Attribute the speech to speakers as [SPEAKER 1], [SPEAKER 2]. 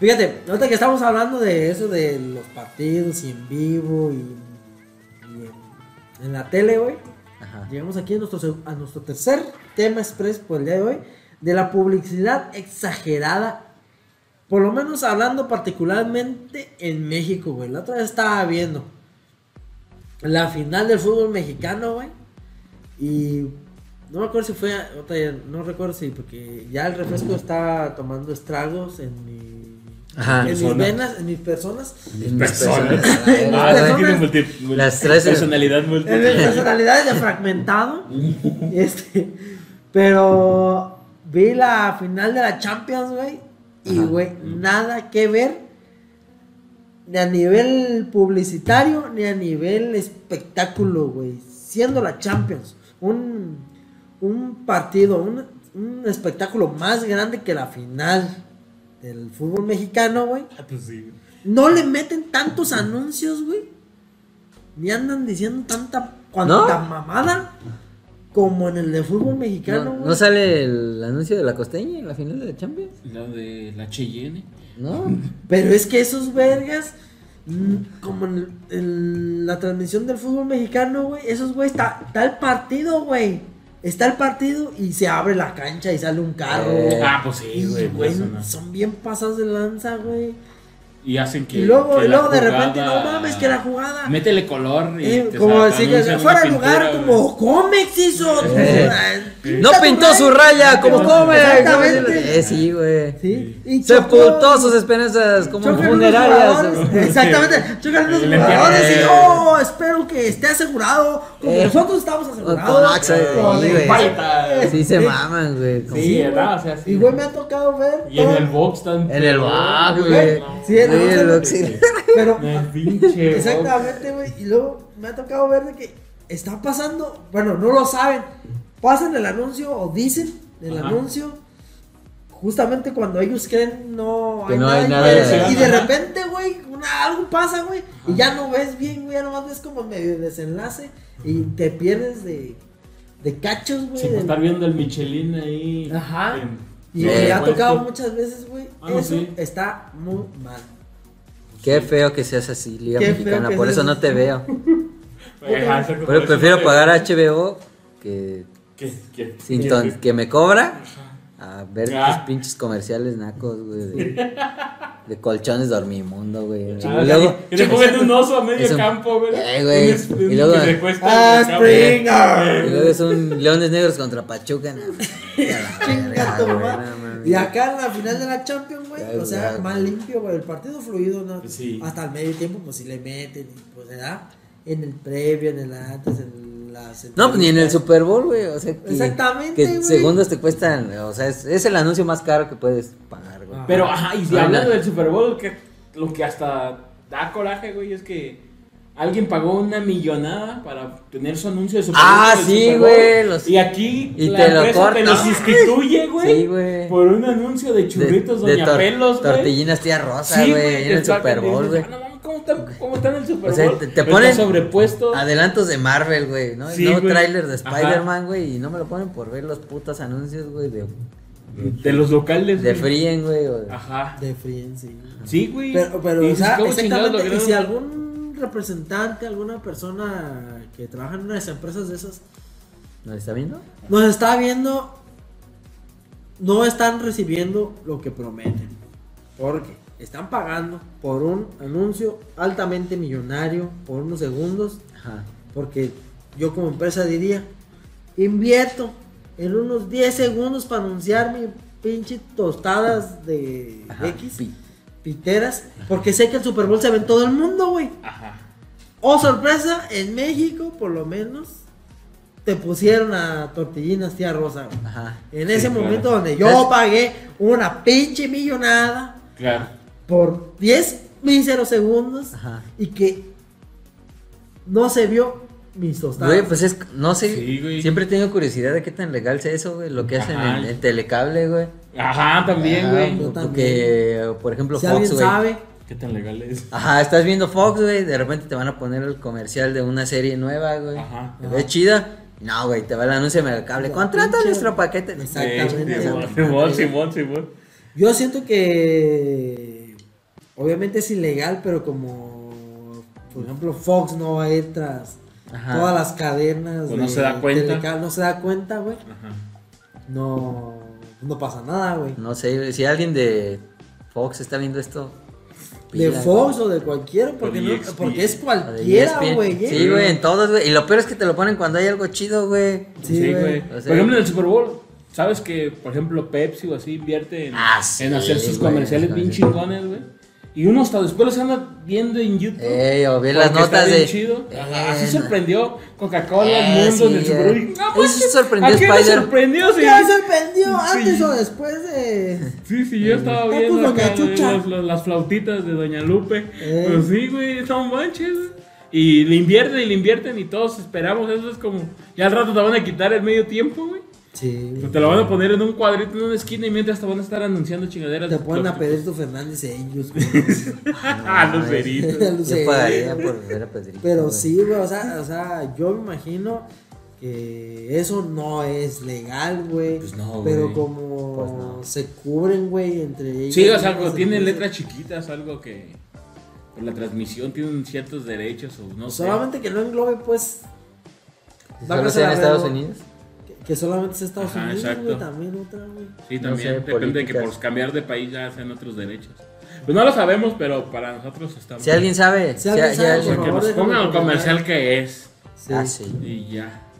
[SPEAKER 1] Fíjate, ahorita que estamos hablando de eso, de los partidos y en vivo y, y en, en la tele, güey.
[SPEAKER 2] Ajá.
[SPEAKER 1] Llegamos aquí a nuestro, seg- a nuestro tercer tema express por el día de hoy, de la publicidad exagerada. Por lo menos hablando particularmente en México, güey. La otra vez estaba viendo la final del fútbol mexicano, güey. Y no me acuerdo si fue, otra vez, no recuerdo si, porque ya el refresco estaba tomando estragos en mi...
[SPEAKER 2] Ajá.
[SPEAKER 1] en mis
[SPEAKER 3] Persona.
[SPEAKER 1] venas, en mis personas.
[SPEAKER 3] Personas.
[SPEAKER 1] En mis
[SPEAKER 3] Ah,
[SPEAKER 1] personas. eh.
[SPEAKER 3] aquí tiene multi- multi-
[SPEAKER 2] Las tres-
[SPEAKER 3] Personalidad
[SPEAKER 1] En mi
[SPEAKER 3] múltiple.
[SPEAKER 1] personalidad de fragmentado. este, pero vi la final de la Champions, güey. Y, güey, nada que ver. Ni a nivel publicitario, ni a nivel espectáculo, güey. Siendo la Champions. Un, un partido, un, un espectáculo más grande que la final del fútbol mexicano, güey.
[SPEAKER 3] Ah, pues sí.
[SPEAKER 1] No le meten tantos anuncios, güey. Ni andan diciendo tanta cuanta
[SPEAKER 2] ¿No?
[SPEAKER 1] mamada como en el de fútbol
[SPEAKER 2] ¿No,
[SPEAKER 1] mexicano, güey.
[SPEAKER 2] no sale el anuncio de la costeña en la final de la Champions?
[SPEAKER 4] La de la Cheyenne.
[SPEAKER 2] No.
[SPEAKER 1] Pero es que esos vergas, mm, como en, el- en la transmisión del fútbol mexicano, güey, esos güey, está, está el partido, güey. Está el partido y se abre la cancha y sale un carro.
[SPEAKER 2] Eh,
[SPEAKER 3] Ah, pues sí,
[SPEAKER 1] Y,
[SPEAKER 3] güey.
[SPEAKER 1] güey,
[SPEAKER 3] pues, no.
[SPEAKER 1] son bien pasados de lanza, güey.
[SPEAKER 3] Y hacen que.
[SPEAKER 1] Y luego,
[SPEAKER 3] que
[SPEAKER 1] y
[SPEAKER 3] la
[SPEAKER 1] luego de
[SPEAKER 3] jugada-
[SPEAKER 1] repente, no mames, que la jugada.
[SPEAKER 3] Métele color. y
[SPEAKER 1] Eh,
[SPEAKER 3] te
[SPEAKER 1] como
[SPEAKER 3] sa-
[SPEAKER 1] decir,
[SPEAKER 3] anuncian
[SPEAKER 1] fuera
[SPEAKER 3] una
[SPEAKER 1] de lugar,
[SPEAKER 3] pintura, güey.
[SPEAKER 1] como Comex hizo.
[SPEAKER 2] Eh.
[SPEAKER 1] Pinta
[SPEAKER 2] No
[SPEAKER 1] tu
[SPEAKER 2] pintó su raya como come.
[SPEAKER 1] Exactamente.
[SPEAKER 2] Eh, sí, güey.
[SPEAKER 1] Sí. Y
[SPEAKER 2] Sepultó
[SPEAKER 1] chocó-
[SPEAKER 2] sus esperanzas como en
[SPEAKER 1] chocan unos
[SPEAKER 2] funerarias.
[SPEAKER 1] jugadores, Exactamente. Chocan unos
[SPEAKER 3] Y le
[SPEAKER 1] jugadores y
[SPEAKER 2] pierde.
[SPEAKER 1] oh, espero que esté asegurado. Como
[SPEAKER 2] Eh.
[SPEAKER 1] nosotros estamos
[SPEAKER 2] Con
[SPEAKER 1] asegurados.
[SPEAKER 2] Axa,
[SPEAKER 1] con
[SPEAKER 2] sí,
[SPEAKER 1] el
[SPEAKER 2] güey.
[SPEAKER 1] Bayern.
[SPEAKER 2] Sí se
[SPEAKER 1] Eh,
[SPEAKER 2] maman, güey. como-
[SPEAKER 3] Sí, ¿verdad? O sea, sí.
[SPEAKER 1] Y güey, me ha tocado ver.
[SPEAKER 3] Y en
[SPEAKER 1] todo-
[SPEAKER 3] el box Ah, están.
[SPEAKER 2] En el bar,
[SPEAKER 1] güey.
[SPEAKER 2] güey.
[SPEAKER 1] Sí, en el
[SPEAKER 2] Güey,
[SPEAKER 1] box.
[SPEAKER 2] box, sí.
[SPEAKER 1] Pero
[SPEAKER 3] En el pinche. box.
[SPEAKER 1] Exactamente, güey. Y luego me ha tocado ver de que está pasando, bueno, no lo saben. Pasan el anuncio o dicen el
[SPEAKER 3] Ajá.
[SPEAKER 1] anuncio justamente cuando ellos creen no
[SPEAKER 2] Que no hay
[SPEAKER 1] güey.
[SPEAKER 2] nada.
[SPEAKER 1] Y de
[SPEAKER 3] Ajá.
[SPEAKER 1] repente, güey, una- algo pasa, güey. Y ya no ves bien, güey. Ya nomás ves como medio desenlace y te pierdes de, de cachos, güey.
[SPEAKER 3] Sí, por
[SPEAKER 1] del-
[SPEAKER 3] estar viendo el Michelin ahí.
[SPEAKER 1] Ajá.
[SPEAKER 3] en-
[SPEAKER 1] Y
[SPEAKER 3] en
[SPEAKER 1] me
[SPEAKER 3] el
[SPEAKER 1] ha
[SPEAKER 3] puesto.
[SPEAKER 1] tocado muchas veces, güey.
[SPEAKER 3] Ah, no,
[SPEAKER 1] Eso
[SPEAKER 3] sí.
[SPEAKER 1] está muy mal.
[SPEAKER 2] Qué feo que seas así, Liga
[SPEAKER 1] Qué feo
[SPEAKER 2] Mexicana.
[SPEAKER 1] que
[SPEAKER 2] Por
[SPEAKER 1] seas
[SPEAKER 2] eso no
[SPEAKER 1] así.
[SPEAKER 2] te veo.
[SPEAKER 3] Ajá, exacto, por
[SPEAKER 2] Pero
[SPEAKER 3] eso
[SPEAKER 2] prefiero
[SPEAKER 3] te-
[SPEAKER 2] pagar a HBO que,
[SPEAKER 3] que- que-
[SPEAKER 2] sin
[SPEAKER 3] que-
[SPEAKER 2] ton- que me cobra a ver
[SPEAKER 3] Ah.
[SPEAKER 2] tus pinches comerciales nacos, güey. De, de colchones dormimundo, güey.
[SPEAKER 3] Ah,
[SPEAKER 2] Y luego,
[SPEAKER 3] y le ponen un oso a
[SPEAKER 2] es
[SPEAKER 3] medio
[SPEAKER 2] un-
[SPEAKER 3] campo, güey.
[SPEAKER 2] Eh, güey.
[SPEAKER 3] Un es- un
[SPEAKER 2] Y luego-
[SPEAKER 3] que se cuesta
[SPEAKER 1] ¡Ah,
[SPEAKER 3] en el campo.
[SPEAKER 1] Springer!
[SPEAKER 2] y luego son Leones Negros contra Pachuca. no, güey, a la
[SPEAKER 1] Chinga
[SPEAKER 2] verga,
[SPEAKER 1] tu
[SPEAKER 2] güey,
[SPEAKER 1] madre.
[SPEAKER 2] no mames.
[SPEAKER 1] Y acá en la final de la Champions, güey,
[SPEAKER 2] Ay,
[SPEAKER 1] o sea,
[SPEAKER 2] güey.
[SPEAKER 1] más limpio, güey, el partido fluido, ¿no?
[SPEAKER 3] Pues sí.
[SPEAKER 1] Hasta el medio tiempo, pues si le meten, y, pues se da en el previo, en el antes, en las.
[SPEAKER 2] No, pues ni en el
[SPEAKER 1] entrevistas.
[SPEAKER 2] Super Bowl, güey. O sea, que,
[SPEAKER 1] Exactamente,
[SPEAKER 2] que
[SPEAKER 1] güey.
[SPEAKER 2] segundos te cuestan. O sea, es, es el anuncio más caro que puedes pagar, güey.
[SPEAKER 1] Ah.
[SPEAKER 3] Pero, ajá, y si
[SPEAKER 2] Habla.
[SPEAKER 3] hablando del Super Bowl, que lo que hasta da coraje, güey, es que alguien pagó una millonada para tener su anuncio de Super Bowl.
[SPEAKER 2] Ah,
[SPEAKER 3] del
[SPEAKER 2] sí,
[SPEAKER 3] Super Bowl,
[SPEAKER 2] güey, los-
[SPEAKER 3] Y aquí
[SPEAKER 2] y
[SPEAKER 3] la
[SPEAKER 2] te lo
[SPEAKER 3] empresa te
[SPEAKER 2] cortan.
[SPEAKER 3] lo sustituye, güey.
[SPEAKER 2] Sí, güey.
[SPEAKER 3] Por un anuncio de churritos, doña
[SPEAKER 2] tor-
[SPEAKER 3] Pelos, güey.
[SPEAKER 2] Tortillinas tía Rosa,
[SPEAKER 3] Sí,
[SPEAKER 2] güey.
[SPEAKER 3] güey,
[SPEAKER 2] ahí
[SPEAKER 3] te
[SPEAKER 2] en el
[SPEAKER 3] sacan
[SPEAKER 2] Super
[SPEAKER 3] y
[SPEAKER 2] Bowl,
[SPEAKER 3] dices,
[SPEAKER 2] güey.
[SPEAKER 3] "Ah, no mames, ¿Cómo están, cómo están el Super
[SPEAKER 2] O sea,
[SPEAKER 3] Bowl?
[SPEAKER 2] te- te
[SPEAKER 3] Está
[SPEAKER 2] ponen-
[SPEAKER 3] sobrepuesto.
[SPEAKER 2] Adelantos de Marvel, güey, ¿no?
[SPEAKER 3] Sí,
[SPEAKER 2] el nuevo
[SPEAKER 3] güey.
[SPEAKER 2] tráiler de
[SPEAKER 3] Ajá.
[SPEAKER 2] Spider-Man, güey, y no me lo ponen por ver los putos anuncios, güey, de,
[SPEAKER 3] De los locales,
[SPEAKER 2] de
[SPEAKER 3] güey.
[SPEAKER 2] Frien, güey. o de-
[SPEAKER 3] Ajá.
[SPEAKER 1] De Friends, sí.
[SPEAKER 3] Sí, güey.
[SPEAKER 1] Pero, pero,
[SPEAKER 3] Y
[SPEAKER 1] o
[SPEAKER 3] dices,
[SPEAKER 1] sea,
[SPEAKER 3] ¿cómo chingados
[SPEAKER 1] exactamente, y
[SPEAKER 3] lograron?
[SPEAKER 1] si algún representante, alguna persona que trabaja en una de esas empresas de esas
[SPEAKER 2] ¿No está viendo?
[SPEAKER 1] nos está viendo, no están recibiendo lo que prometen. Porque están pagando por un anuncio altamente millonario, por unos segundos,
[SPEAKER 2] Ajá.
[SPEAKER 1] porque yo como empresa diría, invierto en unos 10 segundos para anunciar mi pinche tostadas de
[SPEAKER 2] Ajá.
[SPEAKER 1] X,
[SPEAKER 2] Pi.
[SPEAKER 1] piteras, porque sé que el Super Bowl se ve en todo el mundo, güey.
[SPEAKER 3] Ajá.
[SPEAKER 1] Oh, sorpresa, en México, por lo menos, te pusieron a tortillinas tía Rosa. güey.
[SPEAKER 2] Ajá.
[SPEAKER 1] En
[SPEAKER 3] Sí,
[SPEAKER 1] ese
[SPEAKER 3] claro.
[SPEAKER 1] momento donde yo
[SPEAKER 2] Es-
[SPEAKER 1] pagué una pinche millonada
[SPEAKER 3] Claro.
[SPEAKER 1] por 10 míseros segundos
[SPEAKER 2] Ajá.
[SPEAKER 1] y que no se vio mis tostadas.
[SPEAKER 2] Güey, pues es, no sé,
[SPEAKER 3] Sí, güey.
[SPEAKER 2] siempre he tenido curiosidad de qué tan legal sea eso, güey, lo que hacen
[SPEAKER 3] Ajá.
[SPEAKER 2] en, en Telecable, güey.
[SPEAKER 3] Ajá, también,
[SPEAKER 2] Ah,
[SPEAKER 3] güey.
[SPEAKER 1] yo
[SPEAKER 2] Porque, por ejemplo,
[SPEAKER 1] si
[SPEAKER 2] Fox,
[SPEAKER 1] alguien
[SPEAKER 2] güey.
[SPEAKER 1] sabe,
[SPEAKER 3] ¿Qué tan legal es?
[SPEAKER 2] Ajá, estás viendo Fox, güey, de repente te van a poner el comercial de una serie nueva, güey.
[SPEAKER 3] Ajá.
[SPEAKER 2] ¿Te ves chida? No, güey, te va el anuncio de Mercable.
[SPEAKER 1] La
[SPEAKER 2] Contrata
[SPEAKER 1] pinche-
[SPEAKER 2] nuestro paquete.
[SPEAKER 1] Exactamente.
[SPEAKER 3] Sí, Simón, Simón, Simón, Simón.
[SPEAKER 1] yo siento que Obviamente es ilegal, pero como, por ejemplo, Fox no va a ir tras
[SPEAKER 3] Ajá.
[SPEAKER 1] todas las cadenas.
[SPEAKER 3] Pues no se da cuenta.
[SPEAKER 1] Teleca- no se da cuenta, güey.
[SPEAKER 3] Ajá.
[SPEAKER 1] No, no pasa nada, güey.
[SPEAKER 2] No sé, si alguien de Fox está viendo esto.
[SPEAKER 1] De
[SPEAKER 2] pida,
[SPEAKER 1] Fox o de cualquiera,
[SPEAKER 3] O
[SPEAKER 1] porque,
[SPEAKER 3] de
[SPEAKER 1] no-
[SPEAKER 3] ESPN.
[SPEAKER 1] porque es
[SPEAKER 2] o Ah, de
[SPEAKER 1] cualquiera,
[SPEAKER 2] ESPN.
[SPEAKER 1] güey. ¿eh?
[SPEAKER 2] Sí, güey, en todos, güey. Y lo peor es que te lo ponen cuando hay algo chido, güey.
[SPEAKER 1] Sí,
[SPEAKER 3] Sí,
[SPEAKER 1] güey.
[SPEAKER 3] güey.
[SPEAKER 2] O sea-
[SPEAKER 3] por ejemplo, en el Super Bowl, ¿sabes que, por ejemplo, Pepsi o así invierte en,
[SPEAKER 2] Ah, sí,
[SPEAKER 3] en hacer sus
[SPEAKER 2] güey,
[SPEAKER 3] comerciales bien
[SPEAKER 2] sí.
[SPEAKER 3] chingones, güey? Y uno hasta después los anda viendo en YouTube.
[SPEAKER 2] Ey, o vi Eh, las
[SPEAKER 3] porque está
[SPEAKER 2] notas
[SPEAKER 3] bien
[SPEAKER 2] de-
[SPEAKER 3] chido. Ajá,
[SPEAKER 2] Eh,
[SPEAKER 3] así
[SPEAKER 2] no.
[SPEAKER 3] sorprendió Coca-Cola,
[SPEAKER 2] Eh,
[SPEAKER 3] el mundo, en
[SPEAKER 2] sí,
[SPEAKER 3] el Super Bowl.
[SPEAKER 2] eh.
[SPEAKER 3] Y, ¡Ah,
[SPEAKER 2] Eso
[SPEAKER 3] manches!
[SPEAKER 2] sorprendió
[SPEAKER 3] ¿A qué le
[SPEAKER 2] Spider.
[SPEAKER 3] sorprendió? Sí,
[SPEAKER 1] ¿Qué me sorprendió
[SPEAKER 3] Sí.
[SPEAKER 1] antes o después de.?
[SPEAKER 3] sí, sí, yo estaba
[SPEAKER 1] Ah,
[SPEAKER 3] viendo
[SPEAKER 1] pues, doña
[SPEAKER 3] acá, güey,
[SPEAKER 1] Chucha.
[SPEAKER 3] las, las- las flautitas de Doña Lupe.
[SPEAKER 1] Eh.
[SPEAKER 3] Pues sí, güey, están manches. güey. Y le invierten y le invierten y todos esperamos. Eso es como, ya al rato te van a quitar el medio tiempo, güey.
[SPEAKER 1] Sí,
[SPEAKER 3] Pues Te lo van a poner en un cuadrito, en una esquina y mientras te van a estar anunciando chingaderas.
[SPEAKER 1] Te ponen a Pedrito Fernández e ellos, güey.
[SPEAKER 3] Ah, los veritos.
[SPEAKER 1] Los
[SPEAKER 2] Yo
[SPEAKER 1] de-
[SPEAKER 2] pagaría por ver a Pedrito.
[SPEAKER 1] Pero
[SPEAKER 2] güey.
[SPEAKER 1] sí, güey, o sea, o sea, yo me imagino que eso no es legal, güey.
[SPEAKER 2] Pues no,
[SPEAKER 1] Pero
[SPEAKER 2] güey.
[SPEAKER 1] como
[SPEAKER 2] Pues no.
[SPEAKER 1] se cubren, güey, entre ellos.
[SPEAKER 3] Sí, o sea, cuando
[SPEAKER 1] se
[SPEAKER 3] tienen
[SPEAKER 1] cubren.
[SPEAKER 3] letras chiquitas, algo que por la transmisión tienen ciertos derechos o no sé.
[SPEAKER 1] Solamente que no englobe, pues. va a
[SPEAKER 2] ¿Solo
[SPEAKER 1] pasar
[SPEAKER 2] sea en
[SPEAKER 1] a
[SPEAKER 2] Estados
[SPEAKER 1] verlo.
[SPEAKER 2] Unidos?
[SPEAKER 1] Que, que solamente es Estados
[SPEAKER 3] Ajá,
[SPEAKER 1] Unidos,
[SPEAKER 3] exacto.
[SPEAKER 1] güey, también otra, güey.
[SPEAKER 3] Sí,
[SPEAKER 2] no sé,
[SPEAKER 3] también depende de que
[SPEAKER 2] políticas.
[SPEAKER 3] por cambiar de país ya sean otros derechos. Pues no lo sabemos, pero para nosotros estamos.
[SPEAKER 2] Si alguien sabe.
[SPEAKER 1] Si alguien sabe,
[SPEAKER 3] O sea,
[SPEAKER 1] por
[SPEAKER 3] que
[SPEAKER 1] favor,
[SPEAKER 3] nos pongan
[SPEAKER 1] déjalo
[SPEAKER 3] el comercial que es
[SPEAKER 1] Sí.
[SPEAKER 2] Ah, sí.
[SPEAKER 3] y ya.